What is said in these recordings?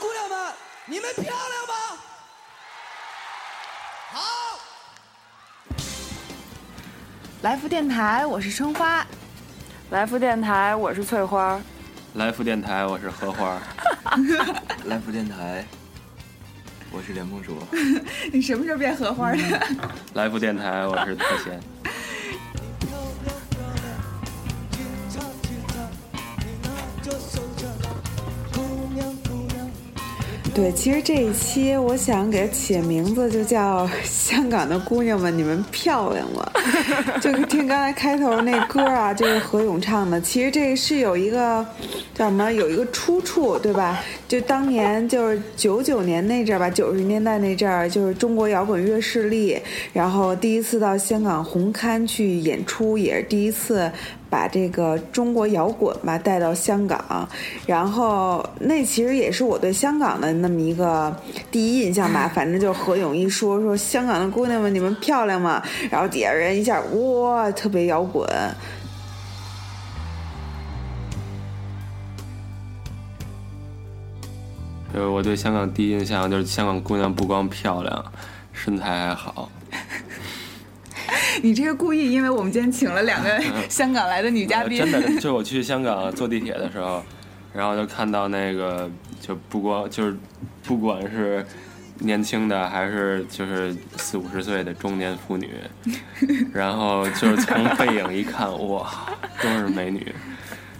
姑娘们，你们漂亮吗？好。来福电台，我是春花。来福电台，我是翠花。来福电台，我是荷花。 来福电台，我是连梦竹。你什么时候变荷花了？来福电台，我是特贤。对，其实这一期我想给起名字就叫《 香港的姑娘们，你们漂亮吗》。就听刚才开头那歌啊，这是何勇唱的。其实这个是有一个叫什么，有一个出处，对吧？就当年就是九九年那阵儿吧，九十年代那阵儿，就是中国摇滚乐势力，然后第一次到香港红磡去演出，也是第一次。把这个中国摇滚吧带到香港，然后那其实也是我对香港的那么一个第一印象吧。 反正就是何勇一说说香港的姑娘们，你们漂亮吗？然后底下人一下哇，特别摇滚。就是我 对香港第一印象就是香港姑娘不光漂亮，身材还好。你这是故意，因为我们今天请了两个 香港来的呃女嘉宾。呃真的， 就是我去香港坐地铁的时候，然后就看到那个，就不光就是不管是年轻的还是就是四五十岁的中年 妇女，然后就是从背影一看，哇，都是美女。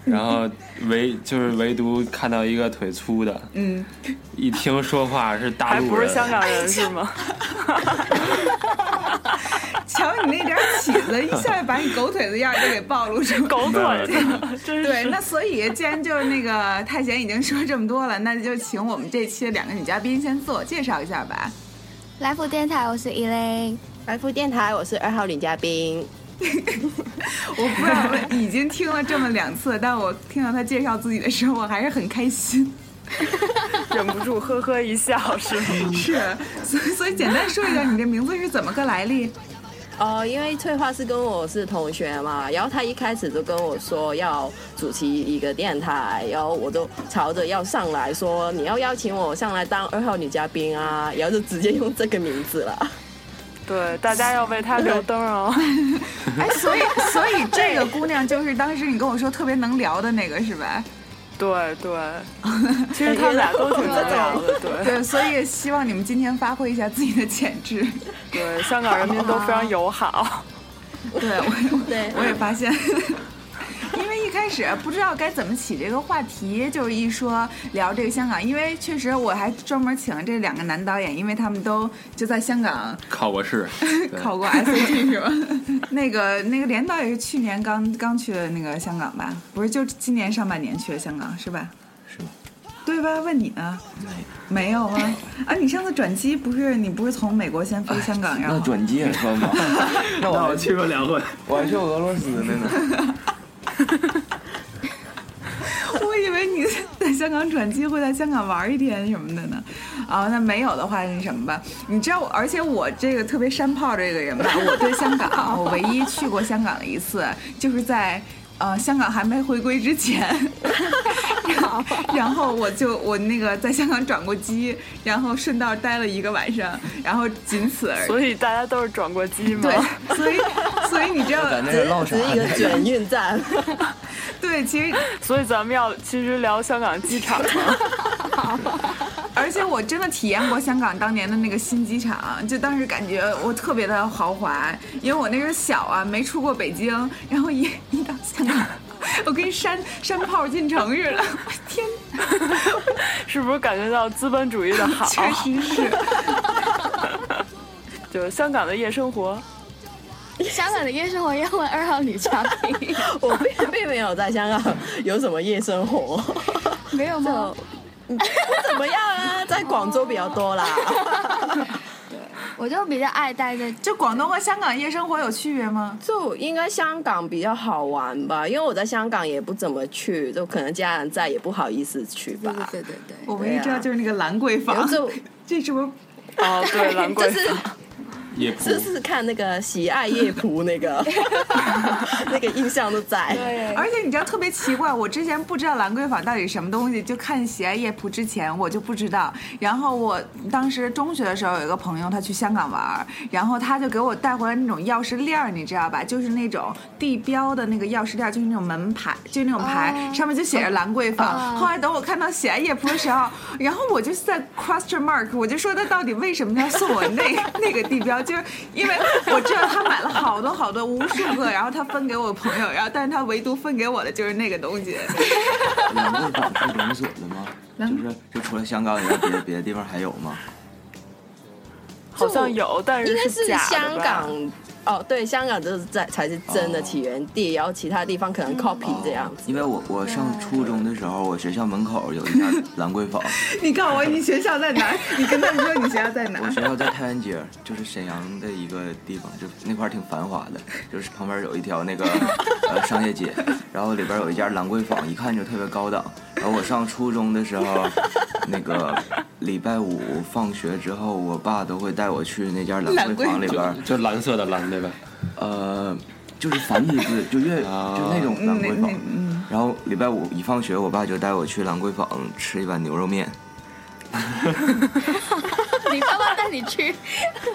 然后唯就是唯独看到一个腿粗的，嗯，一听说话是大还陆人，不是香港人是吗？瞧你那点起子，一下把你狗腿子样儿就给暴露出来。狗腿没有子，真是。对，那所以既然就是那个太贤已经说这么多了，那就请我们这期的两个女嘉宾先自我介绍一下吧。来福电台，我是依琳。来福电台，我是二号女嘉宾。我 不知道我已经听了这么两次，但我听到他介绍自己的时候，我还是很开心。忍不住呵呵一笑是 吗？是，所以所以简单说一下你这名字是怎么个来历？哦，因为翠花是跟我是同学嘛，然后她一开始就跟我说要主持一个电台，然后我就朝着要上来说你要邀请我上来当二号女嘉宾啊，然后就直接用这个名字了。对，大家要为他留灯 哦。哎，所以所以这个姑娘就是当时你跟我说特别能聊的那个是吧？对哎对，其实他们俩都挺能聊 的，对对，所以希望你们今天发挥一下自己的潜质。对，香港人民都非常友 好。对，我对我也发现。 因为一开始不知道该怎么起这个话题，就是一说聊这个香港，因为确实我还专门请了这两个男导演，因为他们都就在香港考过试，对考过 SAT 是吧？ 那个那个连导也是去年刚刚去那个香港吧？不是，就今年上半年去的香港是吧？是吗？对吧？问你呢？没有啊啊！你上次转机不是你不是从美国先飞香啊港，然那后转机也 穿吧？那我还过两回。我还去俄罗斯的呢。我以为你在香港转机会在香港玩一天什么的呢，啊，那没有的话那什么吧，你知道我，而且我这个特别山炮这个人吧，我对香港，我唯一去过香港的一次，就是在呃香港还没回归之前， 然后然后我就我那个在香港转过机，然后顺道待了一个晚上，然后仅此而已。所以大家都是转过机吗？对，所以所以你 知道，咱这唠啥只是一个呢？转运站。对，其实所以咱们要其实聊香港机 场吗？而且我真的体验过香港当年的那个新机场，就当时感觉我特别的豪华，因为我那时候小啊，没出过北京，然后一一到香港，我跟山山炮进城似的，我天，是不是感觉到资本主义的好？确实是。 就是香港的夜生活，香港的夜生活要问二号女嘉宾， 我并并没有在香港有什么夜生活， 没有吗？怎么样啊？在广州比较多啦。 我就比较爱待在 就广东和香港夜生活有区别吗？就应该香港比较好玩吧，因为我在香港也不怎么去，就可能家人在也不好意思去吧。对对对，我唯一知道就是那个兰桂然坊后，就这是不是哦，对，兰桂就是夜蒲是是看那个《喜爱夜蒲》那个，那个印象都在。对，而且你知道特别奇怪，我之前不知道兰桂坊到底什么东西，就看《喜爱夜蒲》之前我就不知道。然后我当时中学的时候有一个朋友，他去香港玩儿，然后他就给我带回来那种钥匙链儿，你知道吧？就是那种地标的那个钥匙链儿，就是那种门牌，就是那种牌，上面就写着兰桂坊。后啊来等我看到《喜爱夜蒲》的时候，啊 然后我就在 question mark，我就说他到底为什么要送我那 那个地标？就是因为我知道他买了好多好多无数个，然后他分给我朋友，然后但是他唯独分给我的就是那个东西。兰桂坊是连锁的吗？就是就除了香港以外，别别的地方还有吗？好像有，但应是该是假的吧香港哦，对，香港就是在才是真的起源地，然后其他地方可能 copy 这样子。哦因为我我上初中的时候，我学校门口有一家兰桂坊， 你告诉我你学校在哪儿？你跟他们说你学校在哪我儿？学校在太原街，就是沈阳的一个地方，就那块儿挺繁华的，就是旁边有一条那个呃商业街，然后里边有一家兰桂坊，一看就特别高档。然后我上初中的时候，那个礼拜五放学之后，我爸都会带我去那家兰桂坊里边，就蓝色的蓝对吧？呃，就是繁体字，就粤，就啊那种兰桂坊嗯那。然后礼拜五一放学，我爸就带我去兰桂坊吃一碗牛肉面。你爸爸带你去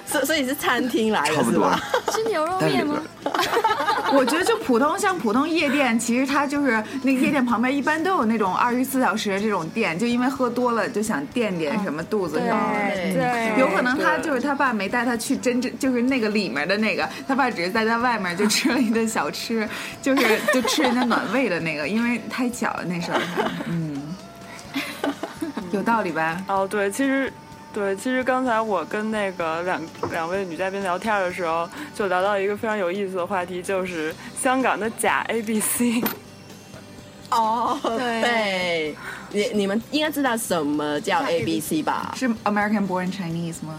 所所以是餐厅来差的不是多 吧？吃牛肉但是面里边吗？ 我觉得就普通像普通夜店，其实它就是那夜店旁边一般都有那种二十四小时的这种店，就因为喝多了就想垫点什么肚子什么的。对对，有可能他就是他爸没带他去真正就是那个里面的那个，他爸只是在他外面就吃了一顿小吃，就是就吃人家暖胃的那个，因为太巧了那事儿，嗯，有道理吧？哦，对，其实。对，其实刚才我跟那个两两位女嘉宾聊天的时候，就聊到一个非常有意思的话题，就是香港的假 A B C。哦，对对，你你们应该知道什么叫 A B C 吧？是 American born Chinese 吗？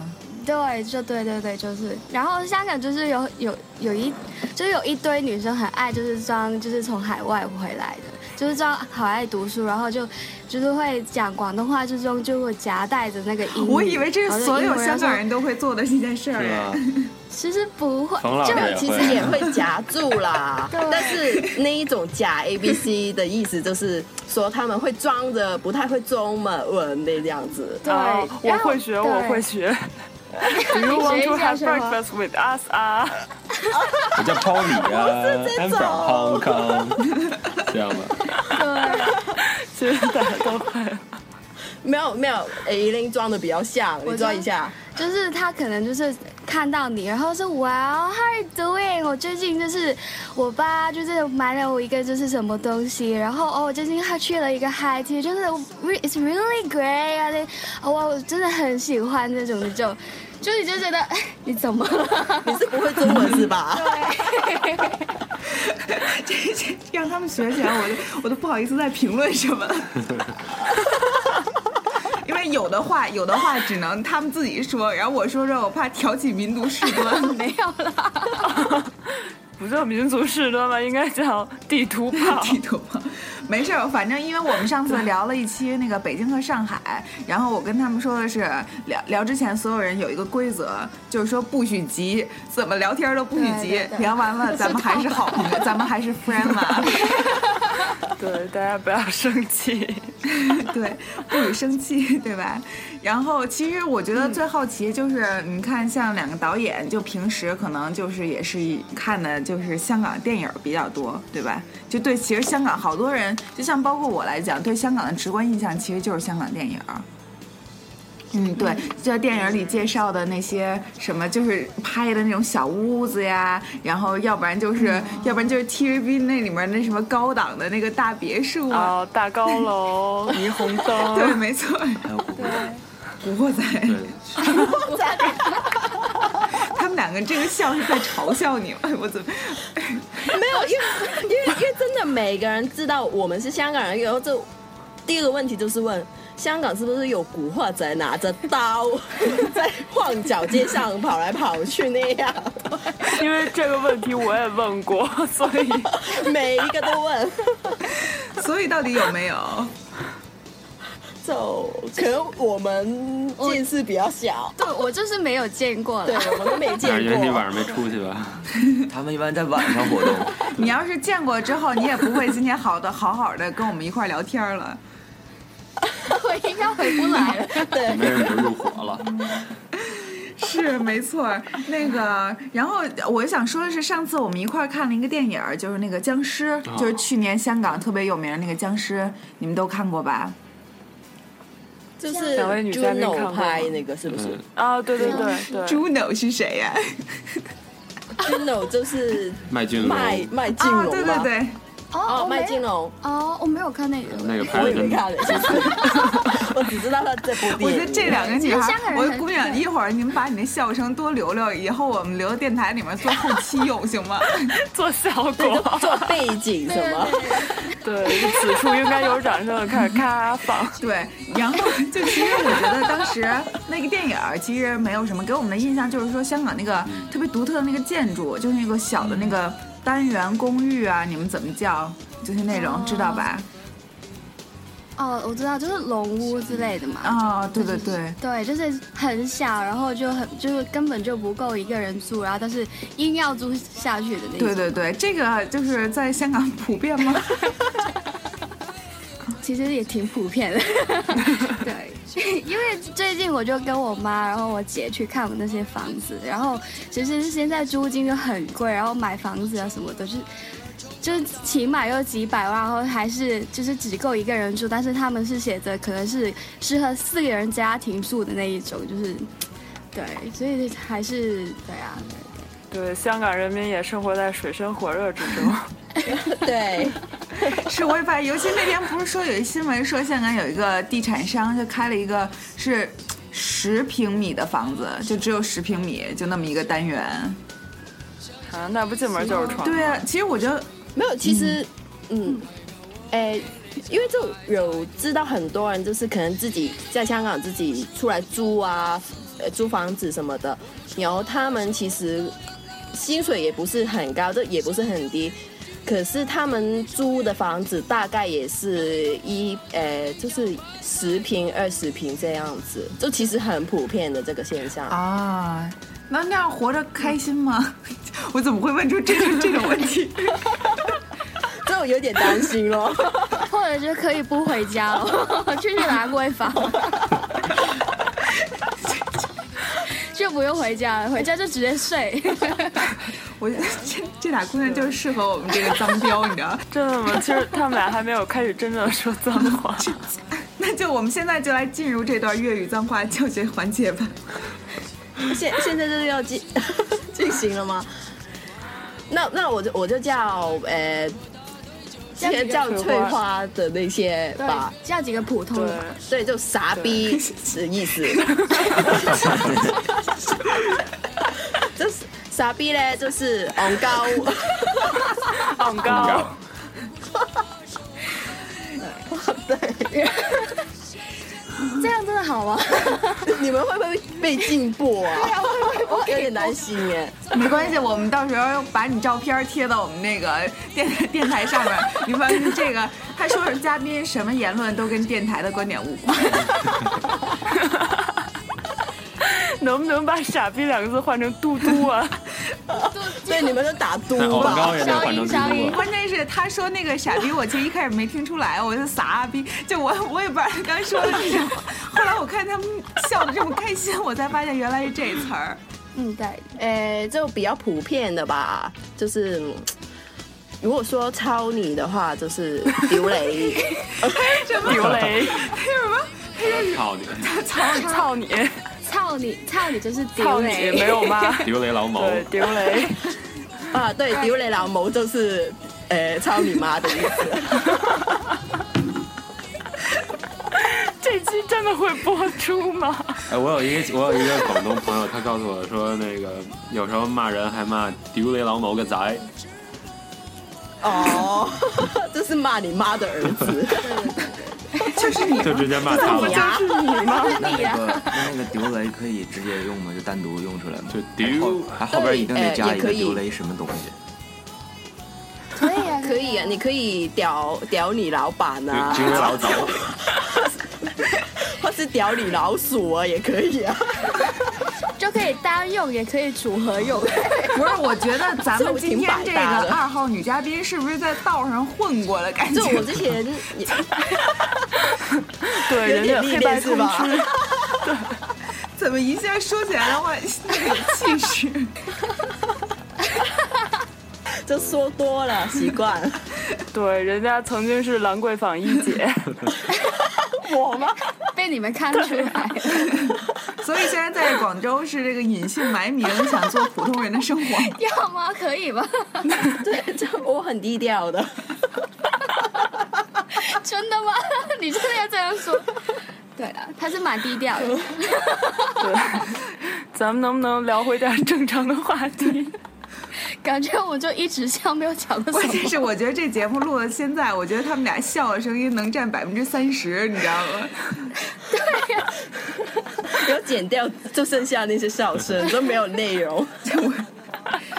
对，就对对对，就是。然后香港就是有有有一，就是有一堆女生很爱，就是装就是从海外回来的，就是装好爱读书，然后就就是会讲广东话之中就会夹带着那个英语。我以为这然后是就所英有文香港，然后人都会做的一件事儿是啊哎吧？其实不会，冯老师就，也会其实也会夹住啦对 但是那一种假 A B C 的意思就是说他们会装着不太会中文的这样子。对哦，我然后会学，我对会学。Do you want 学 to 一下 have 是吗 breakfast with us 啊？我叫 Polly 啊，I'm from Hong Kong，这 样吧。对。其实大家都会。没有没有，A 零装的比较像，你知装一下。就是他可能就是看到你，然后是哇、h o w are you doing？我最近就是我爸就是买了我一个就是什么东西，然后哦，我最近他去了一个 high tea，就是 re- it's really great 啊，那哦哇，我真的很喜欢这种，你就就你就觉得哎你怎么了？ 你是不会中文是吧？这这让他们学起来，我都我都不好意思再评论什 么了。因为有的话，有的话只能他们自己说，然后我说说，我怕挑起民族事端。没有啦，不叫民族事端吧，应该叫地图炮。地图炮，没事儿，反正因为我们上次聊了一期那个北京和上海，然后我跟他们说的是聊聊之前，所有人有一个规则，就是说不许急，怎么聊天都不许急。对对对聊完了，咱们还是好朋友，咱们还是 friend 啦。对，大家不要生气。 对，不许生气，对吧？然后其实我觉得最好奇就是，你看像两个导演，就平时可能就是也是一看的就是香港电影比较多，对吧？就对，其实香港好多人，就像包括我来讲，对香港的直观印象其实就是香港电影儿。嗯，对，就在电影里介绍的那些什么，就是拍的那种小屋子呀，然后要不然就是，要不然就是 TVB 那里面那什么高档的那个大别墅啊，哦，大高楼、霓虹对，灯，没错。还有古惑仔，古惑仔，对，他们两个这个笑是在嘲笑你吗？ 我怎么？ 没有，因为因为因为真的每个人知道我们是香港人，然后就第一个问题就是问香港是不是有古惑仔拿着刀 在晃脚街上跑来跑去那样，因为这个问题我也问过，所以 每一个都问，所以到底有没有？受，可能我们见识比较小，对我就是没有见过对了。我们都没哪见过。儿因为你晚上没出去吧？他们一般在晚上 活动，你要是见过之后，你也不会今天好的好好的跟我们一块儿聊天了。我应该回不来了。对，没人就入伙了。是没错儿，那个，然后我想说的是，上次我们一块儿看了一个电影儿，就是那个僵尸，就是去年香港特别有名的那个僵尸，你们都看过吧？就是两位女嘉宾看过 Juno 吗拍那个是不是嗯，啊，对对对对， Juno 是谁呀、 ？Juno 就是麦浚龙嗯卖卖金啊，融对对吧？对，哦哦，卖金融，哦，我没有看那个。那个我拍也的没真看了， 我只知道他这部电影。我觉得这两个女其实孩香港，人我很姑娘，对一会儿你们把你那笑声多留留，以后我们留到电台里面做后期 用，行吗？ 做 效对就果，做背 景什么？对，此处应该有掌声，开始咔放。 对，然后就其实我觉得当时那个电影儿其实没有什么，给我们的印象就是说香港那个嗯特别独特的那个建筑，就是那个小的那个单元公寓啊，你们怎么叫？就是那种知道吧？哦，我知道，就是龙屋之类的嘛。啊，对对对，对，就是很小，然后就很就是根本就不够一个人住，然后但是硬要住下去的那种。对对对，这个就是在香港普遍吗？其实也挺普 遍的。对，因为最近我就跟我妈，然后我姐去看我那些房子，然后其实现在租金就很贵，然后买房子啊什么的，就是。就是起码要几百万，然后还是就是只够一个人住，但是他们是写着可能是适合四个人家庭住的那一种，就是，对，所以还是对啊，对对，香港人民也生活在水深火热之中。 对，是，我也发现，尤其那天不是说有一新闻说香港有一个地产商就开了一个是十平米的房子，就只有十平米，就那么一个单元。啊，那不进门就是床。对啊，其实我觉得没有，其实，嗯，诶、因为就有知道很多人就是可能自己在香港自己出来租啊，呃，租房子什么的，然后他们其实薪水也不是很高，这也不是很低。可是他们租的房子大概也是一呃，就是十平、二十平这样子，就其实很普遍的这个现象。啊，那那样活着开心吗？ 我怎么会问出这种这种问题？ 这我有点担心咯。或者就可以不回家 了，去兰桂坊， 就不用回家了，回家就直接睡。 我这这俩姑娘就是适合我们这个脏标，你知道？真的吗？其实他们俩还没有开始真正的说脏话。 那就我们现在就来进入这段粤语脏话教学环节吧。现现在就是要进进行了吗？那那我就我就叫呃，叫先几个叫翠翠花花的那些吧，对，叫几个普通 对，的。对，就傻逼的意思。就是傻逼嘞，就是昂高， 昂高。这样真的好啊吗？你们会不会被禁播啊？我有点担心耶。 没关系，我们到时候把你照片贴到我们那个电台电台上面。你放心，这个他说是嘉宾什么言论都跟电台的观点无 关。 能不能把“傻逼”两个字换成“嘟嘟”啊？ 对，你们就打嘟那广吧告。也得换成消音消中音国。关键是他说那个傻逼，我其实一开始没听出来，我就傻逼，就我我也不知道他刚说的是什 么。后来我看他们笑的这么开心，我才发现原来是这词儿。嗯，对，呃，就比较普遍的吧，就是嗯如果说抄你的话，就是丢雷，什么刘 雷，操你！操操你，操你，操你就是操丢你，人。没有 吗？刘雷老毛，对，丢雷，啊，对，丢雷老母就是呃抄你妈的意思， 这期真的会播出吗？哎，我有一个我有一个广东朋友，他告诉我说，那个有时候骂人还骂丢雷老毛个仔， 哦，就是骂你妈的儿子，就是你就直接骂哦他了你，呀、 那那个那那个丢雷可以直接用吗？就单独用出来吗？就丢。还后边一定得加对一个哎也可以丢雷什么东西，可以啊，可以啊，你可以屌屌你老板啊，丢丢雷老走， 或是屌你老鼠啊，也可以啊。 就可以单用，也可以组合用。 不是，我觉得咱 们今天这这种挺百搭个的二号女嘉宾是不是在道上混过了？感觉就我之前也 对，有哎人家点历黑白练空是吧虚，怎么一下说起来的话， 那个气势。就说多了，习惯 了。对，人家曾经是兰桂坊一姐， 我吗？被你们看出来 了，所以现在在广州是这个隐姓埋名，想做普通人的生 活。要吗？可以吗？ 对，就我很低调的。真的吗？ 你真的要这样说？对了，他是蛮低调的。对，咱们能不能聊回点正常的话题？感觉我就一直笑，没有讲过关什键么。是我觉得这节目录到现在，我觉得他们俩笑的声音能占百分之三十，你知道吗？有剪掉，就剩下那些笑声，都没有内容。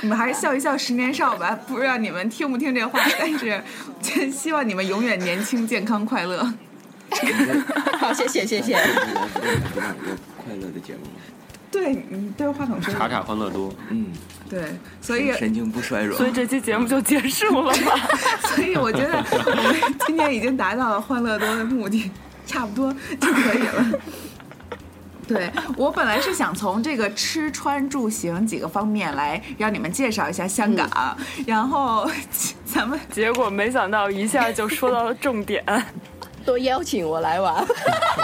你们还是笑一笑十年少吧。不知道你们听不听这话，但是真希望你们永远年轻、健康、快乐。好，谢谢谢谢。快乐的节目，对，你对着话筒说。查查欢乐多，嗯，对，所以神经不衰弱所。以这期节目就结束了吧？所以我觉得我们今天已经达到了欢乐多的目的，差不多就可以了。对我本来是想从这个吃穿住行几个方面来让你们介绍一下香港，然后咱们 结果没想到一下就说到了重点， 多邀请我来玩，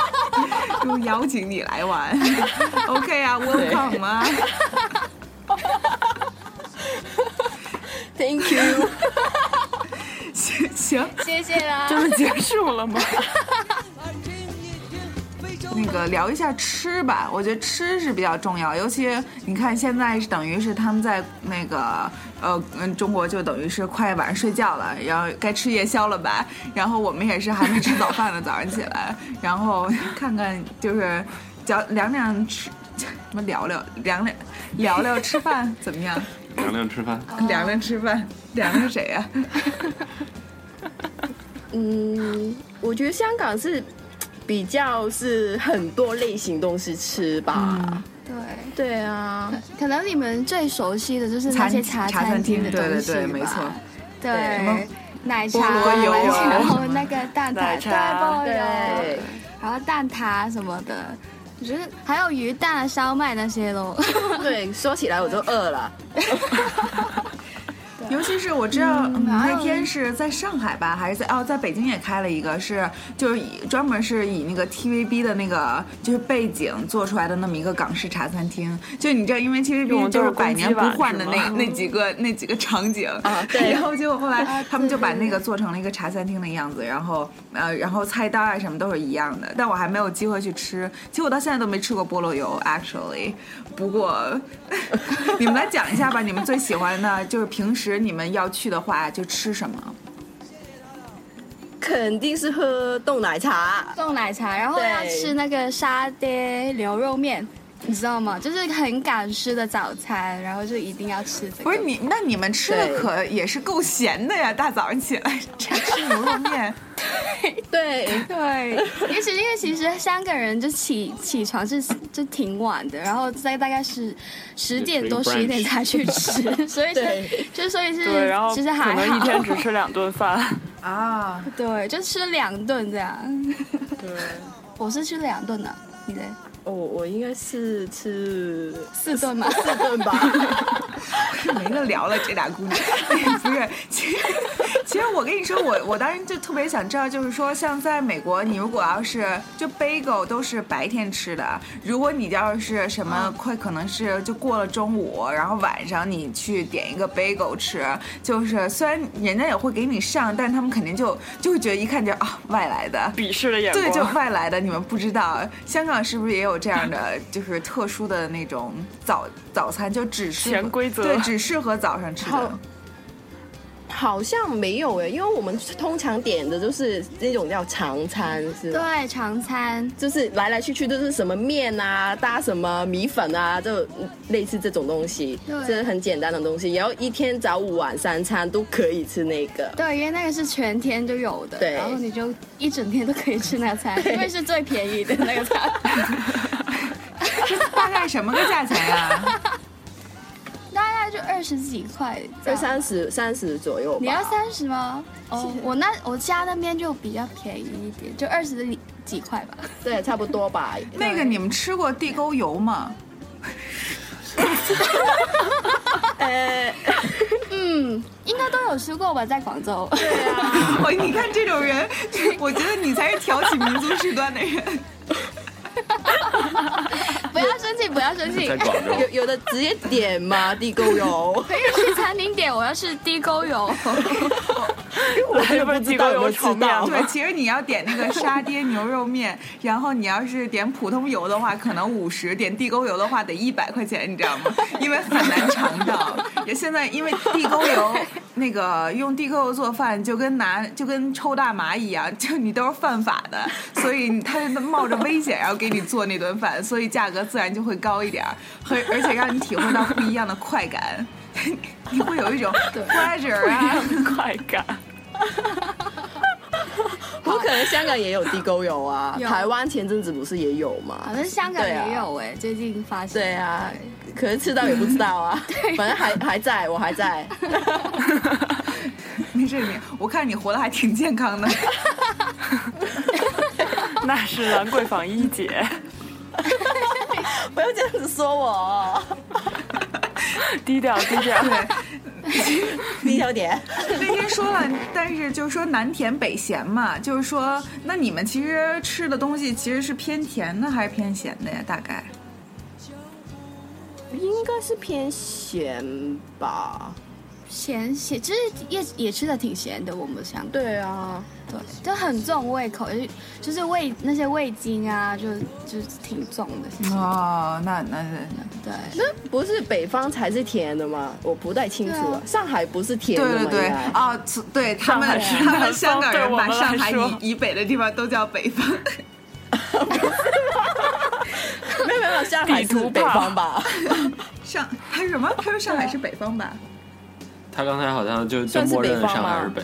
就邀请你来玩，OK 啊，Welcome 啊， ，Thank you。行行，谢谢啦。真的结束了 吗？那个聊一下吃吧，我觉得吃是比较重要，尤其你看现在是等于是他们在那个呃嗯中国就等于是快晚上睡觉了，然后该吃夜宵了吧，然后我们也是还没吃早饭呢，早上起来，然后看看就是聊聊聊吃。什么聊聊聊聊聊聊吃饭怎么样？凉凉吃饭。聊聊吃饭，聊聊谁呀、嗯，我觉得香港是比较是很多类型东西吃吧。对，对啊，可能你们最熟悉的就是那餐些茶茶餐餐厅，厅的对东对西对，没吧错。对什对么，奶茶、菠萝油啊然后那个蛋挞、奶对茶菠萝油对，啊然后蛋挞什么的，我觉得还有鱼蛋啊、烧麦那些咯。 对，说起来我就饿了。尤其是我知道、嗯还有那天是在上海吧，还是在哦，在北京也开了一个，是就是以专门是以那个 TVB 的那个就是背景做出来的那么一个港式茶餐厅。就你知道，因为 TVB 用就的是是百公鸡年不碗换的是那吗那几个那几个场景啊对 然后结果后来啊他们就把对那个做成了一个茶餐厅的样子，然后呃，然后菜单啊什么都是一样的，但我还没有机会去吃。其实我到现在都没吃过菠萝油，actually。不过 你们来讲一下吧，你们最喜欢的就是平时你们要去的话就吃什么？肯定是喝冻奶茶，冻奶茶，然后对要吃那个沙爹牛肉面，你知道吗？就是很赶吃的早餐，然后就一定要吃这个。不是你，那你们吃的对可也是够闲的呀！大早上起来吃牛肉面，对，对，尤其是因为其实香港人就起起床是就挺晚的，然后在大概十十点多吃一十一个 brunch 点才去吃， 所以是对就所以是对，然后其可实还能一好天，只吃两顿饭。啊，对，就吃两顿这样。对，我是吃两顿的，你嘞？我哦我应该是吃四顿嘛。四顿吧。 没得聊了，这俩姑娘 哎不是。其实，其实我跟你说，我我当时就特别想知道，就是说，像在美国，你如果要是就 bagel 都是白天吃的，如果你要是什么快可能是就过了中午，然后晚上你去点一个 bagel 吃，就是虽然人家也会给你上，但他们肯定就就会觉得一看就啊外来的，鄙视的眼对，就哎光。外来的，你们不知道，香港是不是也有这 样的，就是特殊的那种早早餐，就只适合潜规则对，只适合早上吃的好。 好像没有欸诶，因为我们通常点的就是那种叫常餐，是吧？对，常餐。就是来来去去都是什么面啊，搭什么米粉啊，就类似这种东西，对就是很简单的东西。然后一天早午晚三餐都可以吃那个。对，因为那个是全天都有的，对然后你就一整天都可以吃那餐，因为是最便宜的那个餐。 大概什么个价钱啊？大概就二十几块这二样，三十三十左右吧。你要三十吗？哦，我那我家那边就比较便宜一点，就二十里几块吧。 对，差不多吧。那个你们吃过地沟油吗？ 嗯，应该都有吃过吧，在广州。我哦你看这种人，我觉得你才是挑起民族事端的人。不要生气，不要生气在。广州 有有的直接 。点嘛，地沟油可以去餐厅点，我要吃地沟 油。我这边地沟油炒面，对，其实你要点那个沙爹牛肉面，然后你要是点普通油的话，可能五十；点地沟油的话得一百块钱，你知道吗？因为很难尝到。也现在因为地沟油，那个用地沟油做饭就跟拿就跟抽大麻一样，就你都是犯法的，所以他就冒着危险然后给你做那顿饭，所以价格自然就会高一点儿，和而且让你体会到不一样的快感。 你会有一种 pleasure 啊， 快感。不可能香港也有地沟油啊，有台湾前阵子不是也有吗好？像香港对啊也有哎、最近发现。对啊，可是吃到也不知 道啊，反正还还在，我还在。没事你，我看你活得还挺健康的。那是兰桂坊一姐，不要这样子说我哦，低调低调。低调点。 那天说了，但是就是说南甜北咸嘛，就是说，那你们其实吃的东西其实是偏甜的还是偏咸的呀？大概应该是偏咸吧？咸咸，其实也也吃的挺咸的。我们香港对啊，对，就很重胃口，就是就是味那些味精啊，就就挺重的。啊哦，那那那对，那不是北方才是甜的吗？我不太清楚对了啊。上海不是甜对的吗？对对应该啊，此对他们上海是他们南方香港人对我把们来上海说以以北的地方都叫北方， 没有没有没有，上海地是图北炮方吧？上他说什么？他说上海是北方吧？他刚才好像就就算是默认北方上海吗是北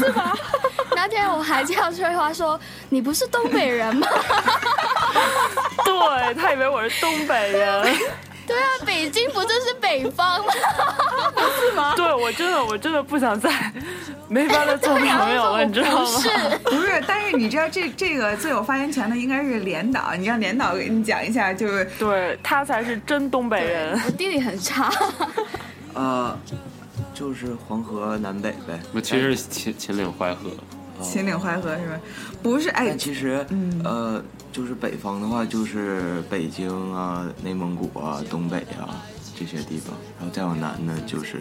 方，那天我还叫翠花说：“你不是东北人吗 对他以为我是东北人，？”对啊，北京不就是北方吗？对我真的我真的不想再没法再做朋友了，你知道不吗？是， 不是，但是你知道这这个最有发言权的应该是连导，你让连导给你讲一下，就是对他才是真东北人。我地理很差。呃，就是黄河南北呗。不其实是秦秦岭淮河，秦岭淮河是吧？不是，哎但，其实，呃，就是北方的话，就是北京啊、内蒙古啊、东北啊这些地方，然后再往南呢，就是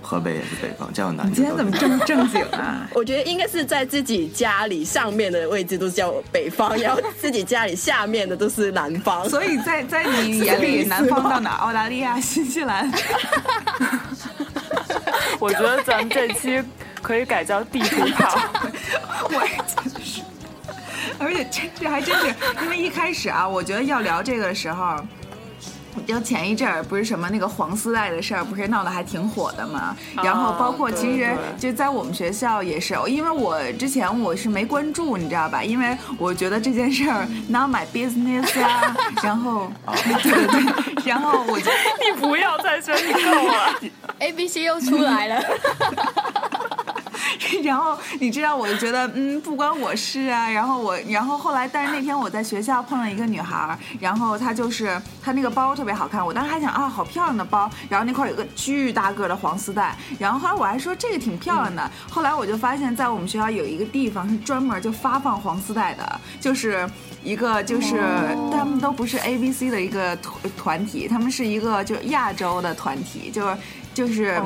河北也是北方，再往南你就今都天怎么是这么正经啊？ 我觉得应该是在自己家里上面的位置都叫北方，然后自己家里下面的都是南 方。所以在在你眼里，南方到哪儿？澳大利亚、新西兰， 我觉得咱们这期可以改叫地图炮。我也真是。而且这这还真是，因为一开始啊，我觉得要聊这个的时候。就前一阵儿不是什么那个黄丝带的事儿，不是闹得还挺火的嘛。然后包括其实就在我们学校也是，哦因为我之前我是没关注，你知道吧？因为我觉得这件事儿 not my business 啊，然后 对对对，然后我就 你不要再说你够了。 A B C 又出来了， 然后你知道，我就觉得嗯，不关我事啊。然后我，然后后来，但是那天我在学校碰了一个女孩儿，然后她就是她那个包特别好看，我当时还想啊，好漂亮的包。然后那块儿有个巨大个的黄丝带，然后后来我还说这个挺漂亮的。后来我就发现，在我们学校有一个地方是专门就发放黄丝带的，就是。一个就是他们都不是 A B C 的一个团团体，他们是一个就是亚洲的团体，就是就是、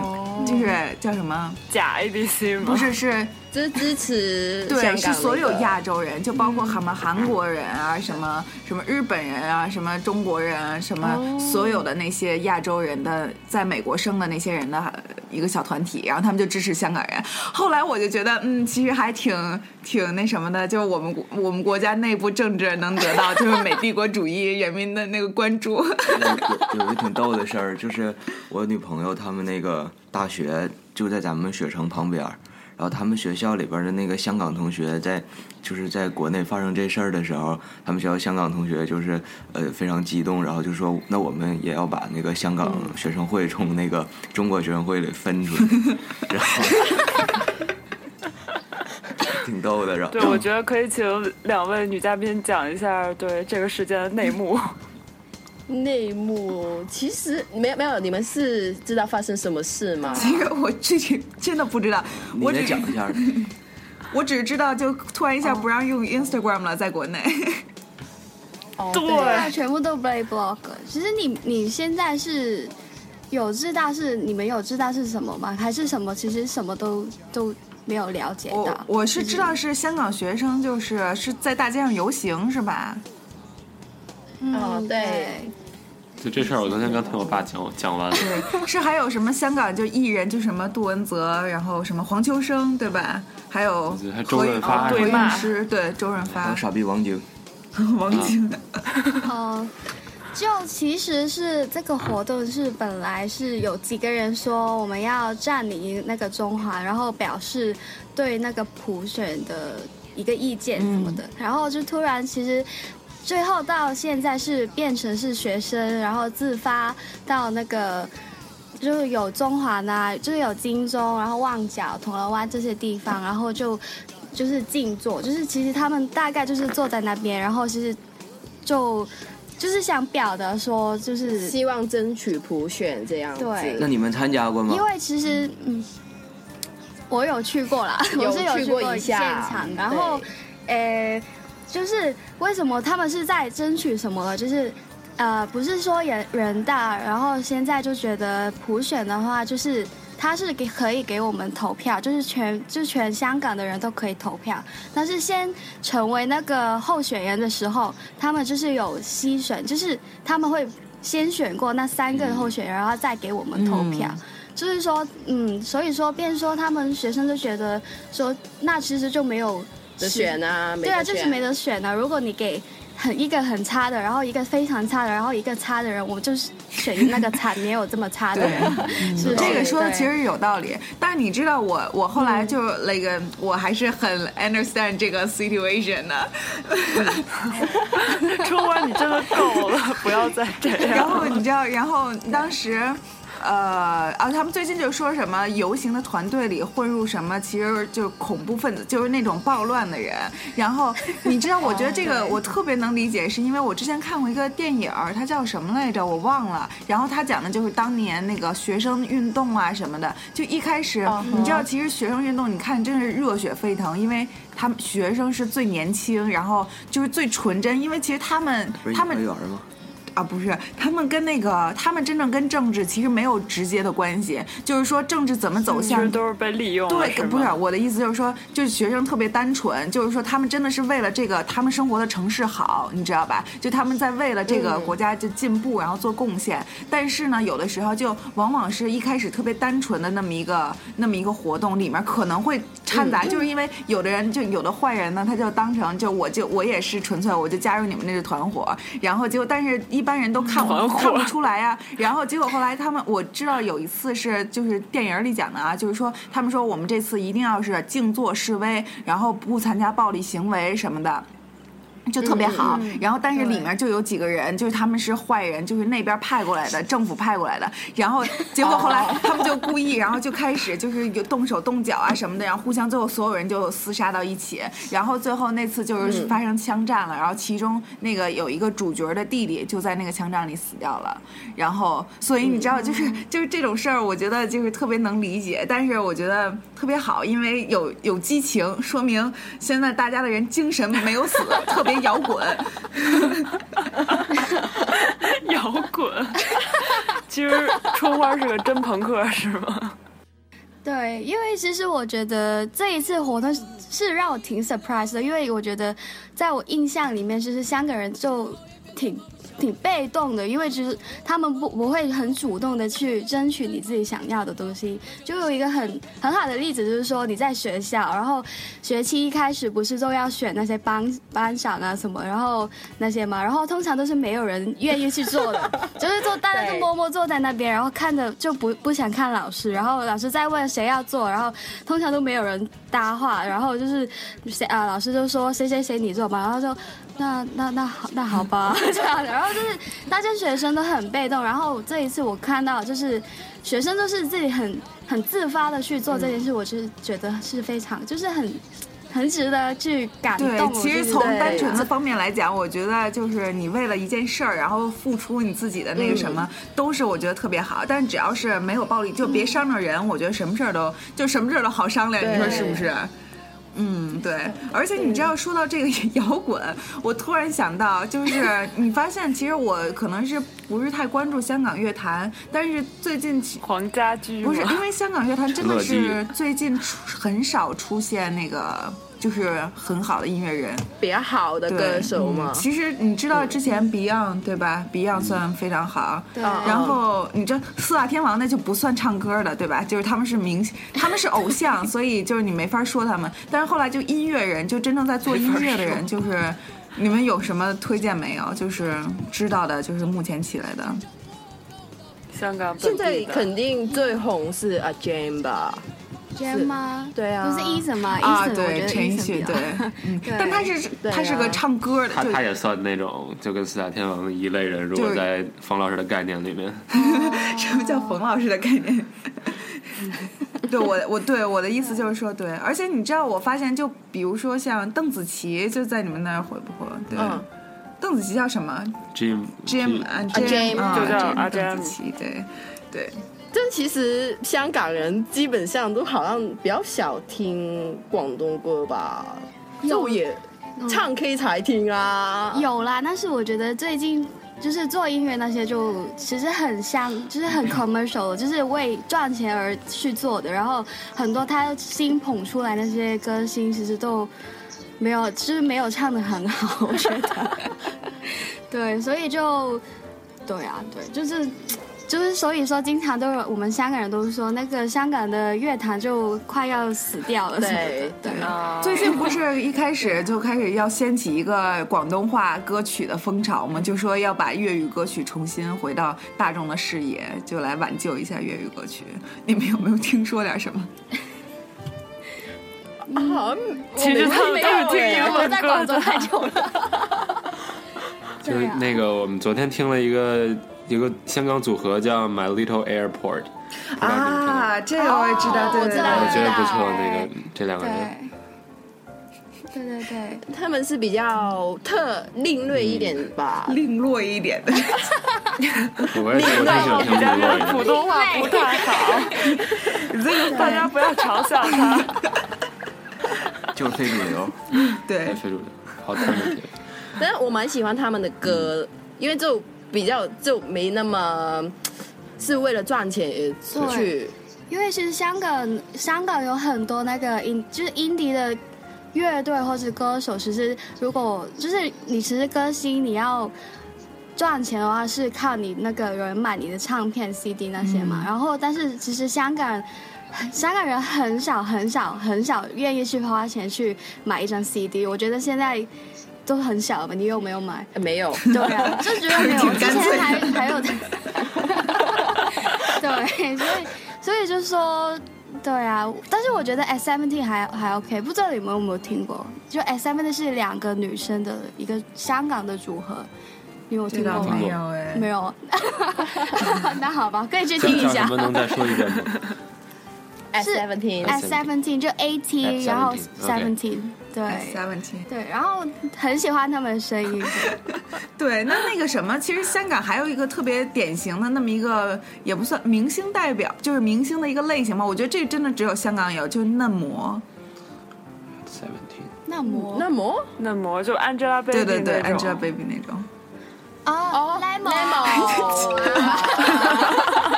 就是叫什么？ 假 ABC 吗？不是，是就是支持香港、那对，个嗯是所有亚洲人，就包括什么韩国人啊，什么什么日本人啊，什么中国人啊，什哦么所有的那些亚洲人的在美国生的那些人的呃一个小团体，然后他们就支持香港人。后来我就觉得，嗯，其实还挺挺那什么的，就是我们国我们国家内部政治能得到就是美帝国主义人民的那个关注。 有有有一个挺逗的事儿，就是我女朋友他们那个大学就在咱们雪城旁边儿，然后他们学校里边的那个香港同学在就是在国内发生这事儿的时候，他们学校香港同学就是呃非常激动，然后就说那我们也要把那个香港学生会从那个中国学生会里分出来，然后挺逗的，然后对，我觉得可以请两位女嘉宾讲一下对这个事件的内 幕。内幕，其实没有没有，你们是知道发生什么事吗？这个我具体真的不知道，你我再只讲一下。我只知道就突然一哦下不让用 Instagram 了，在国内。对啊，全部都被 block。其实你你现在是有知道是你们有知道是什么吗？还是什么？其实什么都都没有了解我到。我是知道是香港学生，就是是在大街上游行是吧？哦嗯，对就这事儿，我昨天刚听我爸讲讲完了。对，是还有什么香港就艺人就什么杜文泽，然后什么黄秋生对吧？还有对还何周润发哦对何韵骂诗对周润还发有、傻逼王晶，王嗯晶，哦，就其实是这个活动是本来是有几个人说我们要占领那个中华，然后表示对那个普选的一个意见嗯什么的，然后就突然其实。最后到现在是变成是学生，然后自发到那个就是有中环啊，就是有金钟，然后旺角、铜锣湾这些地方，然后就就是静坐，就是其实他们大概就是坐在那边，然后其实就就是想表达说，就是希望争取普选这样子。对那你们参加过吗因？为其实嗯，我有去过啦，有我是去有去过过一现下场，然对后呃，就是为什么他们是在争取什么了？就是呃，不是说人人大，然后现在就觉得普选的话，就是他是给可以给我们投票，就是全就全香港的人都可以投票，但是先成为那个候选人的时候，他们就是有篩选，就是他们会先选过那三个候选人，然后再给我们投票。就是说，嗯，所以说，变成说他们学生就觉得说，那其实就没有得选啊，没对得啊，就是选没得选啊。如果你给很一个很差的，然后一个非常差的，然后一个差的人，我们就是选那个差，没有这么差的人。 是嗯这个说的其对实有道理。但是你知道我我后来就那个、我还是很 understand 这个 situation 的。春花，你真的够了，不要再这 然样。后你知道，然后当时，呃啊，他们最近就说什么游行的团队里混入什么，其实就是恐怖分子，就是那种暴乱的人。然后你知道，我觉得这个我特别能理解，是因为我之前看过一个电影儿，它叫什么来着？我忘了。然后它讲的就是当年那个学生运动啊什么的。就一开始，你知道，其实学生运动，你看真是热血沸腾，因为。他们学生是最年轻，然后就是最纯真，因为其实他们不是他颐和们园吗？啊，不是，他们跟那个，他们真正跟政治其实没有直接的关系，就是说政治怎么走嗯其向实。都是被利用了，对，是啊不是吗我的意思，就是说，就是学生特别单纯，就是说他们真的是为了这个他们生活的城市好，你知道吧？就他们在为了这嗯个国家就进步，然后做贡献。但是呢，有的时候就往往是一开始特别单纯的那么一个那么一个活动里面可能会掺嗯杂，就是因为有的人就有的坏人呢，他就当成就我就我也是纯粹我就加入你们那个团伙，然后结果但是一般人都看不团伙看不出来呀、然后结果后来他们我知道有一次是就是电影里讲的啊，就是说他们说我们这次一定要是静坐示威，然后不参加暴力行为什么的。就特别好，然后但是里面就有几个人，就是他们是坏人，就是那边派过来的，政府派过来的。然后结果后来他们就故意，然后就开始就是有动手动脚啊什么的，然后互相最后所有人就厮杀到一起。然后最后那次就是发生枪战了，然后其中那个有一个主角的弟弟就在那个枪战里死掉了。然后所以你知道，就是就是这种事儿，我觉得就是特别能理解，但是我觉得特别好，因为有有激情，说明现在大家的人精神没有死，特别摇滚。 摇滚。其实春花是个真朋克，是 吗？对，因为其实我觉得这一次活动是是让我挺 surprise 的，因为我觉得在我印象里面，就是香港人就挺挺被动的，因为其实他们不不会很主动的去争取你自己想要的东西。就有一个很很好的例子，就是说你在学校，然后学期一开始不是都要选那些班班长啊什么，然后那些嘛，然后通常都是没有人愿意去做的，就是做大家就对默默坐在那边，然后看着就不不想看老师，然后老师在问谁要做，然后通常都没有人搭话，然后就是谁啊、老师就说谁谁谁你做吧，然后就那那那好那好吧 这样的，然后就是大家学生都很被动，然后这一次我看到就是学生都是自己很很自发的去做这嗯件事，我是觉得是非常就是很很值得去感动对，我自己。其实从对单纯的啊方面来讲，我觉得就是你为了一件事儿，然后付出你自己的那个什么，都是我觉得特别好。但只要是没有暴力，就别伤着人，我觉得什么事儿都就什么事儿都好商量，你说是不是？嗯，对，而且你知道，说到这个摇滚，我突然想到，就是 你发现，其实我可能是不是太关注香港乐坛，但是最近其黄家驹不是吗因为香港乐坛真的陈乐是最近出很少出现那个就是很好的音乐人，比较好的对歌手嘛嗯。其实你知道之前 Beyond 对吧？Beyond 算非常好，嗯对然后你这四大天王那就不算唱歌的，对吧？就是他们是明星，他们是偶像，所以就是你没法说他们。但是后来就音乐人，就真正在做音乐的人，就是你们有什么推荐没有？就是知道的，就是目前起来的。香港本现地在的肯定最红是阿 Jane 吧？ Jam 吗？对啊不是 Eason 吗？啊， Eason，我觉对，得陈 Eason 奕比迅，较对，嗯，对 但他是对他是个啊唱歌的，他就他也算那种就跟四大天王的一类人，如就果是在冯老师的概念里面， 什么叫冯老师的概念？ 对我，我对我的意思就是说，对，而且你知道，我发现，就比如说像邓紫棋，就在你们那儿火不火？对，嗯，邓紫棋叫什么 Jim 嗯？Jim 啊 Jim Jam，啊就叫啊 Jam，邓 Jam 紫棋，对对，但其实香港人基本上都好像比较少听广东歌吧，就也唱 K 才听啊。有啦，但是我觉得最近就是做音乐那些，就其实很像，就是很 commercial，就是为赚钱而去做的。然后很多他新捧出来那些歌星，其实都没有，就是没有唱的很好，我 觉得。对，所以就，对啊，对，就是。就是所以说，经常都有我们香港人都说，那个香港的乐坛就快要死掉了什么的对。对，啊，最近不是一开始就开始要掀起一个广东话歌曲的风潮吗？就说要把粤语歌曲重新回到大众的视野，就来挽救一下粤语歌曲。你们有没有听说点什么？好像其实他们都 是听英我文在歌广州的。太久了。 就是那个我们昨天听了一个一个香港组合叫 My Little Airport，不知道你们听过吗啊，这个我也知道，哦对我对知道我对觉得不错，对那个这两个人。对，对对对，他们是比较特另类一点吧，零落一点的，我也是，我挺喜欢听我部们家落人普的。通话不太 好，大家不要嘲笑他。就是非主流。对太非主流，好听的听。但是我蛮喜欢他们的歌，因为就比较就没那么是为了赚钱而去，因为其实香港香港有很多那个音，就是音迪的乐队或是歌手，其实如果就是你其实歌星你要。赚钱的话是靠你那个有人买你的唱片、CD 那些嘛，然后但是其实香港香港人很少很少很少愿意去花钱去买一张 CD，我觉得现在都很少吧。你有没有买？呃 没有。对啊，就觉得没有，挺之干脆前的还还有， 对，所以所以就说。对啊，但是我觉得 S M T 还还 OK，不知道你们有没有听过？就 S M T 是两个女生的一个香港的组合，你有听过吗？没有哎没有， 那好吧，可以去叫听一叫什下么？能再说一遍吗？ S 是 Seventeen， S Seventeen 就 A T，然后 Seventeen，OK Seventeen，对 seventeen。对，然后很喜欢他们的声音，对，那那个什么，其实香港还有一个特别典型的那么一个，也不算明星代表，就是明星的一个类型吧。我觉得这真的只有香港有，就是嫩模。 Seventeen，那么那么 那么就 Angelababy 对对对那种，Angelababy 那种。哦哦 Lemon Lemon，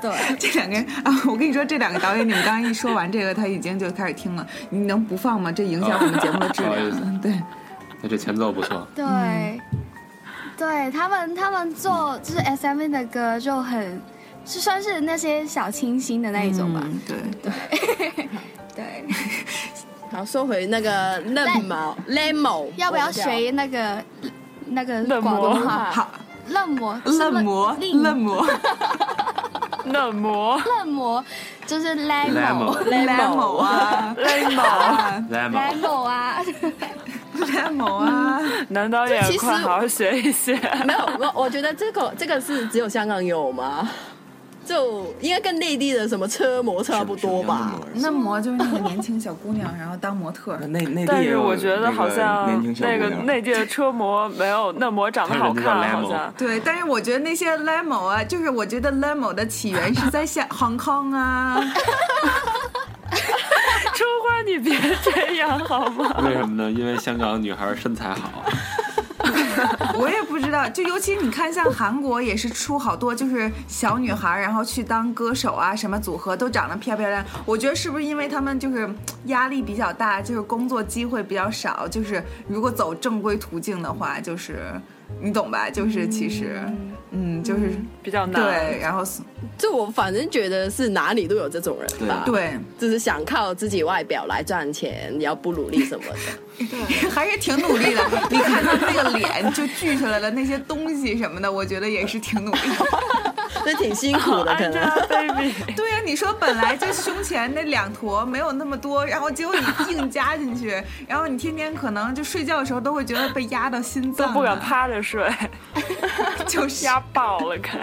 对， 这两个人啊，我跟你说，这两个导演，你们刚刚一说完这个，他已经就开始听了。你能不放吗？这影响我们节目的质 不好意量。思对，那这前奏不嗯错，对，对他们他们做就是 S M 的歌就很，就算是那些小清新的那一种吧。嗯，对，对， 好，说回那个嫩毛 lemo，要不要学那个那个嫩广东模话？好，嫩模，是嫩模，令嫩模嫩模嫩模就是 Lemo lemo ，lemo 啊 lemo 啊 Lemon lemo 啊， ，lemo 啊，男导演这其，实快好好学一 学。没有，我我觉得这个这个是只有香港有吗？就应该跟内地的什么车模差不多吧？？嫩模就是那个年轻小姑娘，然后当模特儿。那内但地也是有我觉得那好个像年轻小那个姑娘那届的车模没有嫩模长得好看，他好是叫 Lemo 像 对，但是我觉得那些 lemo 啊，就是我觉得 lemo 的起源是在 香 Hong Kong 啊，春花，你别这样好吗？为什么呢？因为香港女孩身材好，我也不知道，就尤其你看，像韩国也是出好多就是小女孩儿，然后去当歌手啊，什么组合都长得漂漂亮。我觉得是不是因为他们就是压力比较大，就是工作机会比较少，就是如果走正规途径的话，就是你懂吧？就是其实，嗯，就是比较难。 对，然后就我反正觉得是哪里都有这种人吧，，对，就是想靠自己外表来赚钱，然后不努力什么的。 还是挺努力的。你看他那个脸就锯出来了那些东西什么的，我觉得也是挺努力 的。那挺辛苦的，哎可能 Angelababy，哦 对啊呀、你说本来就胸前那两坨没有那么多，然后结果你硬加进去，然后你天天可能就睡觉的时候都会觉得被压到心都脏，啊不敢，趴着睡， 就是压爆了，看。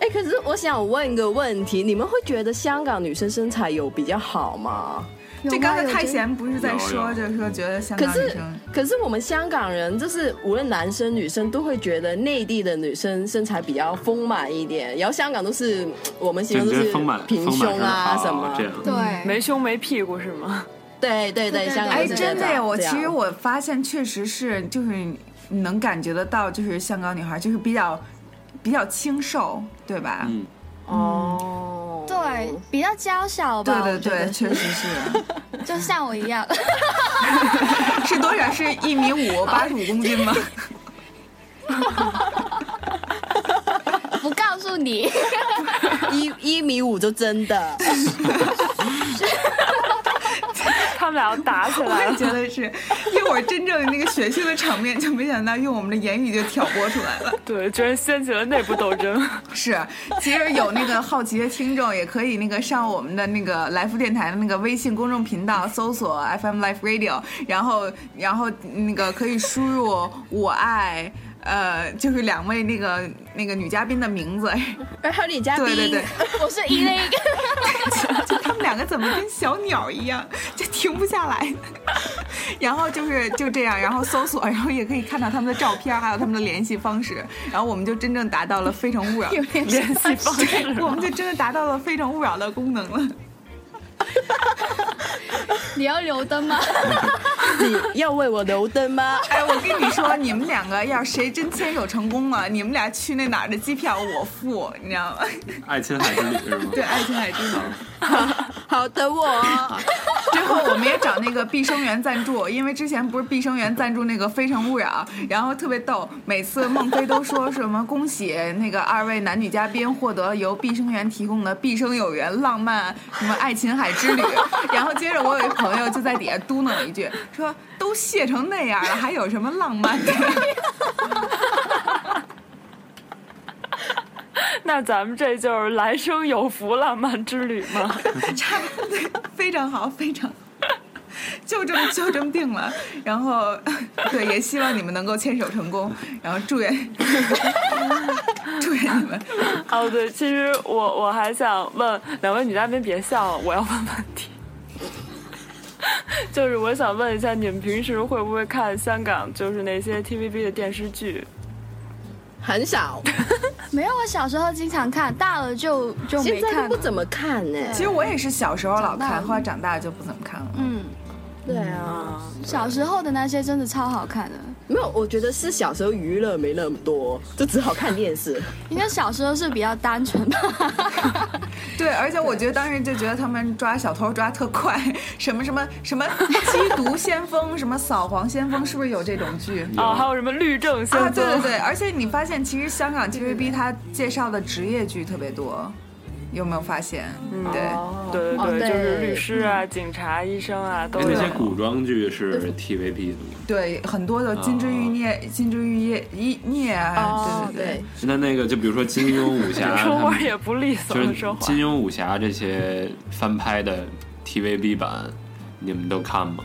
哎、可是我想问个问题，你们会觉得香港女生身材有比较好吗？有这吗刚才有太真贤不是在说，有有就是说觉得香可港女是生，可是我们香港人就是无论男生女生都会觉得内地的女生身材比较丰满一点，然后香港都是我们形就容你都觉得是丰满平丰满胸是啊好什么，这样。嗯对，没胸没屁股是吗？ 对对对，对香港哎，是真的这呀！样我这样其实我发现确实是，就是你能感觉得到，就是香港女孩就是比较比较清瘦，对吧？嗯，哦，对，比较娇小对，吧嗯对我觉对，得确实是，就像我一样，是多少？是一米五八十五公斤吗？不告诉你， 一一米五就真的，他们俩要打起我来也 了。觉得是，一会儿真正那个血腥的场面，就没想到用我们的言语就挑拨出来了。对，居然掀起了内部斗争。 是，其实有那个好奇的听众也可以那个上我们的那个来福电台的那个微信公众频道搜索 FM Life Radio，然后然后那个可以输入我爱。呃，就是两位那个那个女嘉宾的名字，然后李嘉宾，对对对，我是一零。 就他们两个怎么跟小鸟一样，就停不下来。 然后就是就这样，然后搜索，然后也可以看到他们的照片，还有他们的联系方式。然后我们就真正达到了《非诚勿扰》，联系方式我们就真的达到了《非诚勿扰》的功能了。你要留灯吗？ 你要为我留灯吗？哎，我跟你说，你们两个要是谁真牵手成功了，你们俩去那哪儿的机票我付，你知道吗？爱琴海之旅是吗？对，爱情海之旅。 好的我，哦之后我们也找那个毕生源赞助，因为之前不是毕生源赞助那个《非诚勿扰》，然后特别逗，每次孟非都说什么恭喜那个二位男女嘉宾获得由毕生源提供的“毕生有缘”浪漫什么爱琴海之旅， 然后接着我有一朋友就在底下嘟囔了一句，说都谢成那样了，还有什么浪漫的？那咱们这就是来生有福浪漫之旅吗？差不多，对，非常好，非常好。 就这么就这么定了，然后 对，也希望你们能够牵手成功，然后祝愿 祝愿你们哦，对，其实我我还想问两位女嘉宾，别笑了，我要问问题。 就是我想问一下，你们平时会不会看香港就是那些 TVB 的电视剧？很少，没有，我小时候经常看，大了就就现没在看都了不。怎么看呢、其实我也是小时候老长大看，了后来长大就不怎么看了。嗯，对啊，小时候的那些真的超好看的，没有，我觉得是小时候娱乐没那么多，就只好看电视。应该小时候是比较单纯吧。对，而且我觉得当时就觉得他们抓小偷抓特快，什么什么什么缉毒先锋，什么扫黄先锋，是不是有这种剧？哦，还有什么律政先啊，锋？对对对，而且你发现其实香港 TVB 它介绍的职业剧特别多，有没有发现？嗯，对。对哦对对就是律师啊、警察、医生啊都嗯哎，有那。些古装剧是 TVB 的吗？对，很多的金枝玉孽、金枝玉叶、一孽啊，哦对对那那个就比如说金庸武侠，说他话们也不利索就是，说话。金庸武侠这些翻拍的 TVB 版，你们都看吗？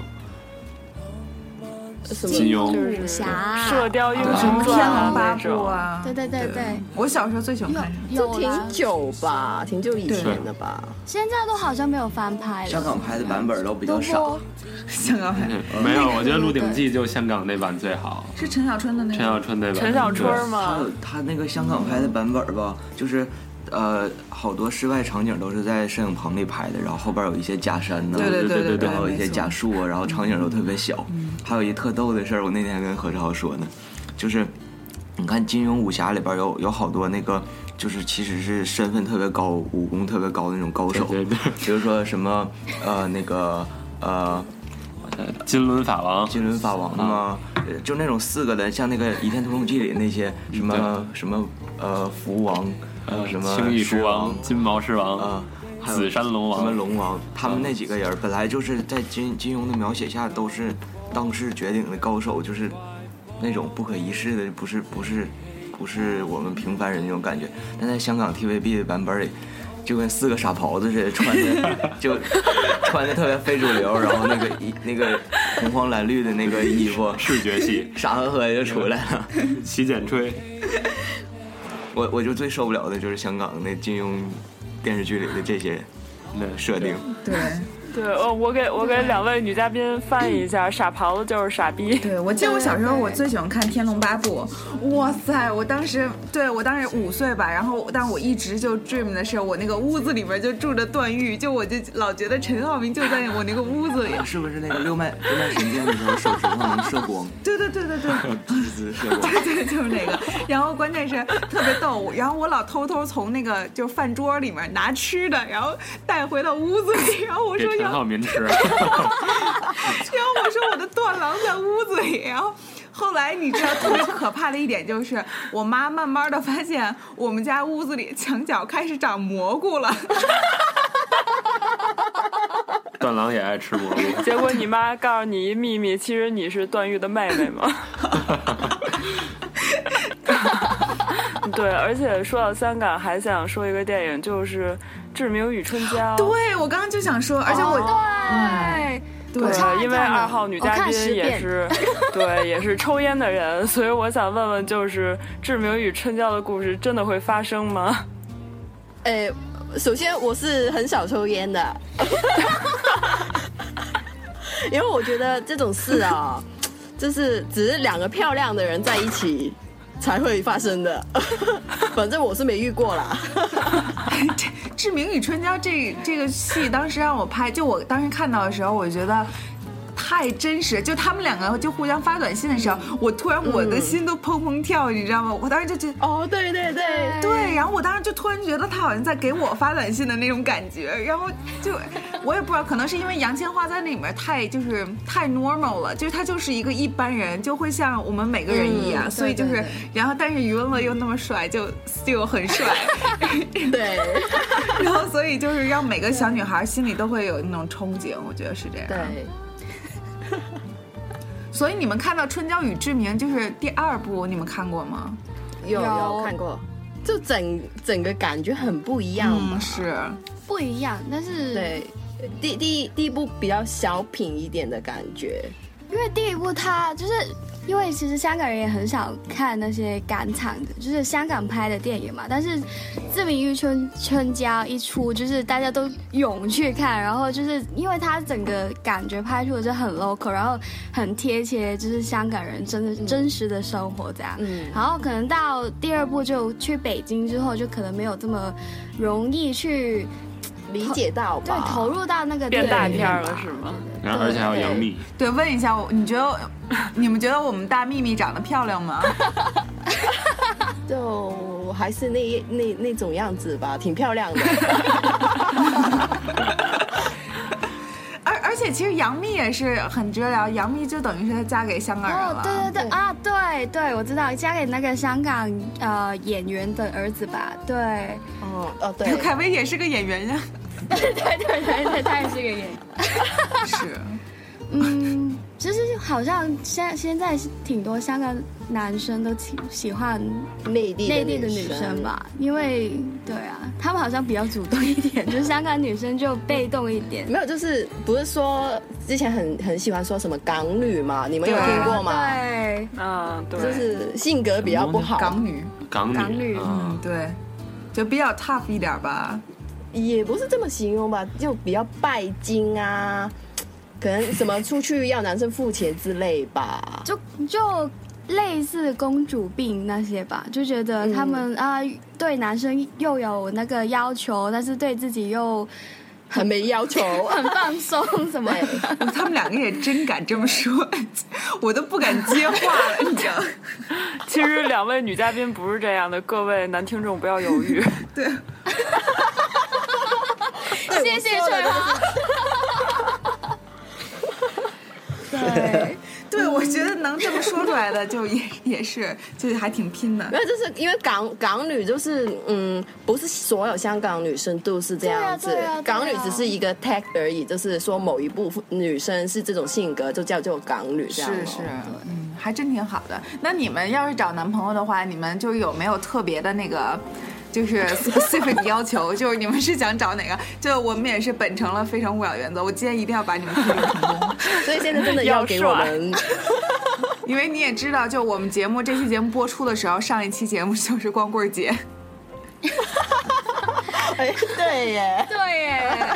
什金么？庸武侠，射雕英雄传对，天龙啊八那部种，啊对，对对对，我小时候最喜欢看什么？有有就啦啊挺，久吧，挺久以前的吧。现在都好像没有翻拍了。香港拍的版本都比较都少播， 香港版没有，我觉得《鹿鼎记》就香港那版最好，是陈小春的那陈个。小春那版。陈小春他嘛有，他那个香港拍的版本吧，就是。呃，好多室外场景都是在摄影棚里拍的，然后后边有一些假山呐、对对对对对然后一没些错假树啊，然后场景都特别小。还有一特逗的事儿，我那天还跟何志豪说呢，就是你看金庸武侠里边有有好多那个，就是其实是身份特别高、武功特别高的那种高手，对对对 比如说什么呃那个呃对，金轮法王，金轮法王嘛，啊呃就那种四个的，像那个《倚天屠龙记》里那些什么什么呃福王，还有什么嗯呃青翼狮狮王、金毛狮啊王、，还嗯有紫山龙什么王，嗯龙王，他们那几个人本来就是在金金庸的描写下都是当世绝顶的高手，就是那种不可一世的，不是不是不是我们平凡人那种感觉。但在香港 TVB 的版本里。就跟四个傻狍子似的，穿的就穿的特别非主流，然后那个衣那个红黄蓝绿的那个衣服，，视觉系 傻呵呵就出来了。洗剪吹，我我就最受不了的就是香港那金庸电视剧里的这些那设定，对对，哦，我给我给两位女嘉宾翻译一下，傻狍子就是傻逼。对，我记得我小时候我最喜欢看《天龙八部》，哇塞！我当时对我当时五岁吧，然后但我一直就 dream 的是我那个屋子里面就住着段誉，就我就老觉得陈浩民就在我那个屋子里。是不是那个六脉六脉神剑的时候手指上能射 光，对对对对啊对，滋滋射 光？对，就是那个。然后关键是特别逗，然后我老偷偷从那个就是饭桌里面拿吃的，然后带回到屋子里，然后我给说陈要，浩民吃。 然后我说我的断狼在屋子里，然后。后来你知道特别可怕的一点就是，我妈慢慢的发现我们家屋子里墙角开始长蘑菇了，段郎也爱吃蘑菇，结果你妈告诉你一秘密，其实你是段誉的妹妹 嘛。对，而且说到香港，还想说一个电影，就是《志明与春娇》。对我刚刚就想说，而且我、对，对我超爱嗯对，因为看的二号女我嘉看宾十也遍是， 对，也是抽烟的人，所以我想问问，就是《志明与春娇》的故事真的会发生吗？诶，呃首先我是很少抽烟的， 因为我觉得这种事啊，就是只是两个漂亮的人在一起才会发生的， 反正我是没遇过啦。这《志明与春娇》这这个戏，当时让我拍，就我当时看到的时候，我觉得。太真实，就他们两个就互相发短信的时候，我突然我嗯的心都砰砰跳，你知道吗？我当时就觉得，哦，对对对，对，然后我当时就突然觉得他好像在给我发短信的那种感觉，然后就我也不知道，可能是因为杨千嬅在那里面太就是太 normal 了，就是她就是一个一般人，就会像我们每个人一样，嗯所以就是，对对然后但是余文乐又那么帅，就 still 很帅， 对 然后，所以就是让每个小女孩心里都会有那种憧憬，我觉得是这样。，对，所以你们看到《春娇与志明》就是第二部，你们看过吗？有有有看过，就整整个感觉很不一样嘛。是，不一样，但是对，第第第一部比较小品一点的感觉，因为第一部它就是因为其实香港人也很少看那些港产的，就是香港拍的电影嘛。但是《志明与春春娇》一出，就是大家都涌去看，然后就是因为它整个感觉拍出的就很 local，然后很贴切，就是香港人真的、真实的生活这样。嗯然后可能到第二部就去北京之后，就可能没有这么容易去。理解到对吧？投入到那个变大电影片儿里了面是吗？然后而且还有杨幂，对，问一下，我你觉得你们觉得我们大幂幂长得漂亮吗？就还是那那那种样子吧，挺漂亮的。而而且其实杨幂也是很值得聊，杨幂就等于是她嫁给香港人哦了，，对对对啊，对对，我知道，嫁给那个香港呃演员的儿子吧？对，哦 哦，对，凯威也是个演员呀，对对对对， 他也是个演员。是。 嗯，其实好像现现在挺多香港男生都喜喜欢内地内地的女生吧。吧，因为对啊，他们好像比较主动一点，就是香港女生就被动一 点。没有，就是不是说之前很很喜欢说什么港女嘛？你们有听过吗？对，啊，对，就是性格比较不好，港女，港女，港女嗯，对，就比较 tough 一点吧。也不是这么形容吧，就比较拜金啊，可能什么出去要男生付钱之类吧。就就类似公主病那些吧，就觉得他们啊、对男生又有那个要求，但是对自己又很没要求，很放松什 么的。他们两个也真敢这么说， 我都不敢接话了，你知道？其实两位女嘉宾不是这样的，各位男听众不要犹豫。 谢谢翠花。对，对，我觉得能这么说出来的，就也也是，就还挺拼的没。有，就是因为港港女就是嗯，不是所有香港女生都是这样子，对啊对啊对啊港女只是一个 tag 而已，就是说某一部分女生是这种性格，就叫做港女这样咯。是是，啊嗯，还真挺好的。那你们要是找男朋友的话，你们就有没有特别的那个，就是 specific 要求？ 就是你们是想找哪个？就我们也是秉承了《非诚勿扰》原则，我今天一定要把你们推成功。 所以现在真的要给我们因为你也知道，就我们节目这期节目播出的时候，上一期节目 就是光棍节，哎，对耶，对耶，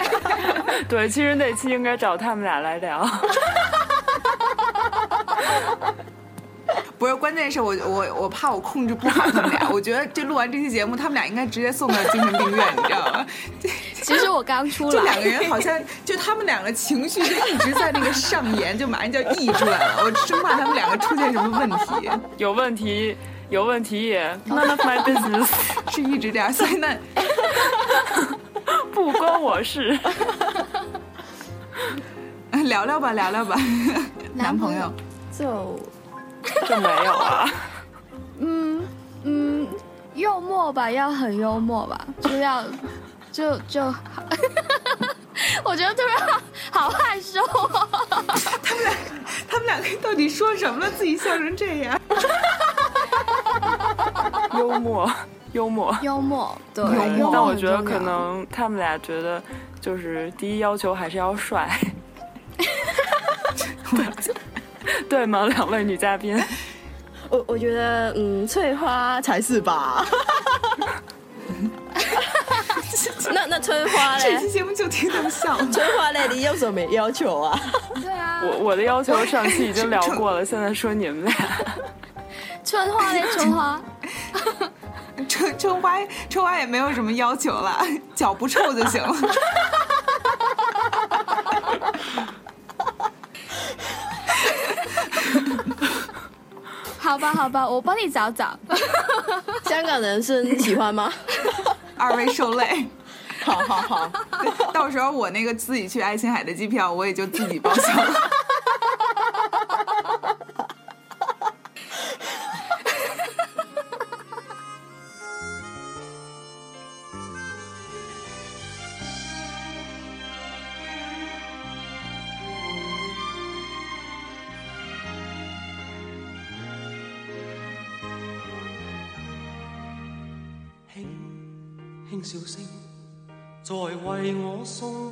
对，其实那期应该找他们俩来聊。不是，关键是我我我怕我控制不好他们俩，我觉得这录完这期节目，他们俩应该直接送到精神病院，你知道吗？其实我刚出就来，两个人好像，就他们两个情绪就一直在那个上沿，就马上就要溢出来了，我生怕他们两个出现什么问题，有问题，嗯有问题也 none of my business， 是一直这样。所以那不关我 事。聊聊吧，聊聊吧，男朋友。就这没有啊， 嗯，幽默吧，要很幽默吧，就要就就 好。我觉得突然好害羞、哦，他们两个到底说什么了？自己笑成这样，幽默，幽默。幽默，对，幽默默嗯但我觉得很重可要能他们俩觉得，就是第一要求还是要 帅。对吗？两位女嘉宾，我我觉得，嗯，翠花才是吧。 那那翠花这 嘞期？节目就听他们笑。翠花嘞，你有什么要 求啊？对啊，我我的要求上期已经聊过 了，现在说你们俩。春花嘞，春花，春春花，春花也没有什么要求了，脚不臭就行了。好吧好吧，我帮你找找。香港男生喜欢吗？二位受累，好好 好，到时候我那个自己去爱琴海的机票，我也就自己报销了。轻轻笑声，在为我送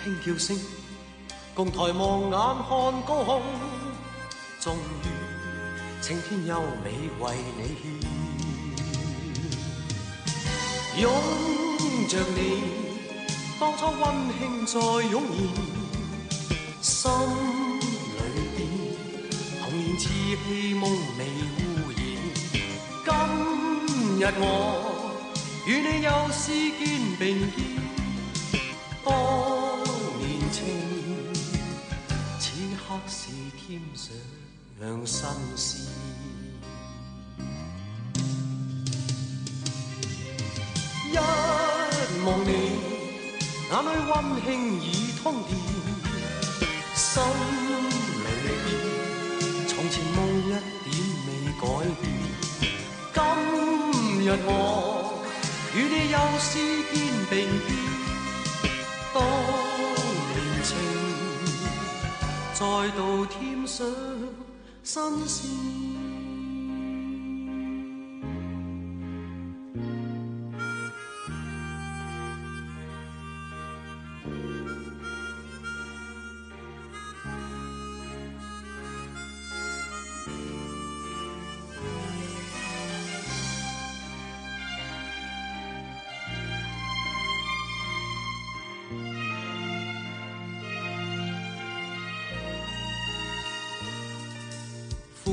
現。輕叫聲，共抬望眼看高空，終於青天優美為你獻，擁着你，當初温馨再湧現，心裏邊童年稚氣夢未污染，今日我與你又試肩並肩。當年情，此刻是添上新鮮。一望你，眼裏温馨已通電，心裏邊從前夢一點未改變。今日我與你又試肩並肩。當年情，再度添上新鮮。歡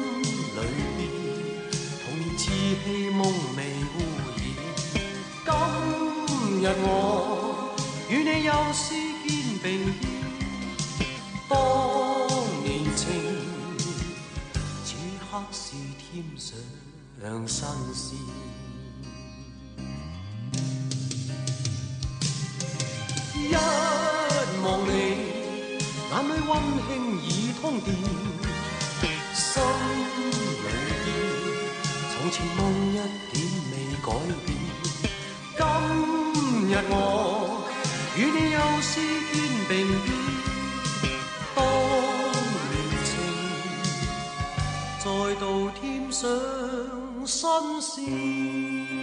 裏邊童年稚氣夢未污染。今日我與你又試肩並肩，當年情，此刻是添上新鮮。一望你，眼裏温馨已通電。心裏邊，從前夢一點未改變。今日我與你又試肩並肩，當年情再度添上新鮮。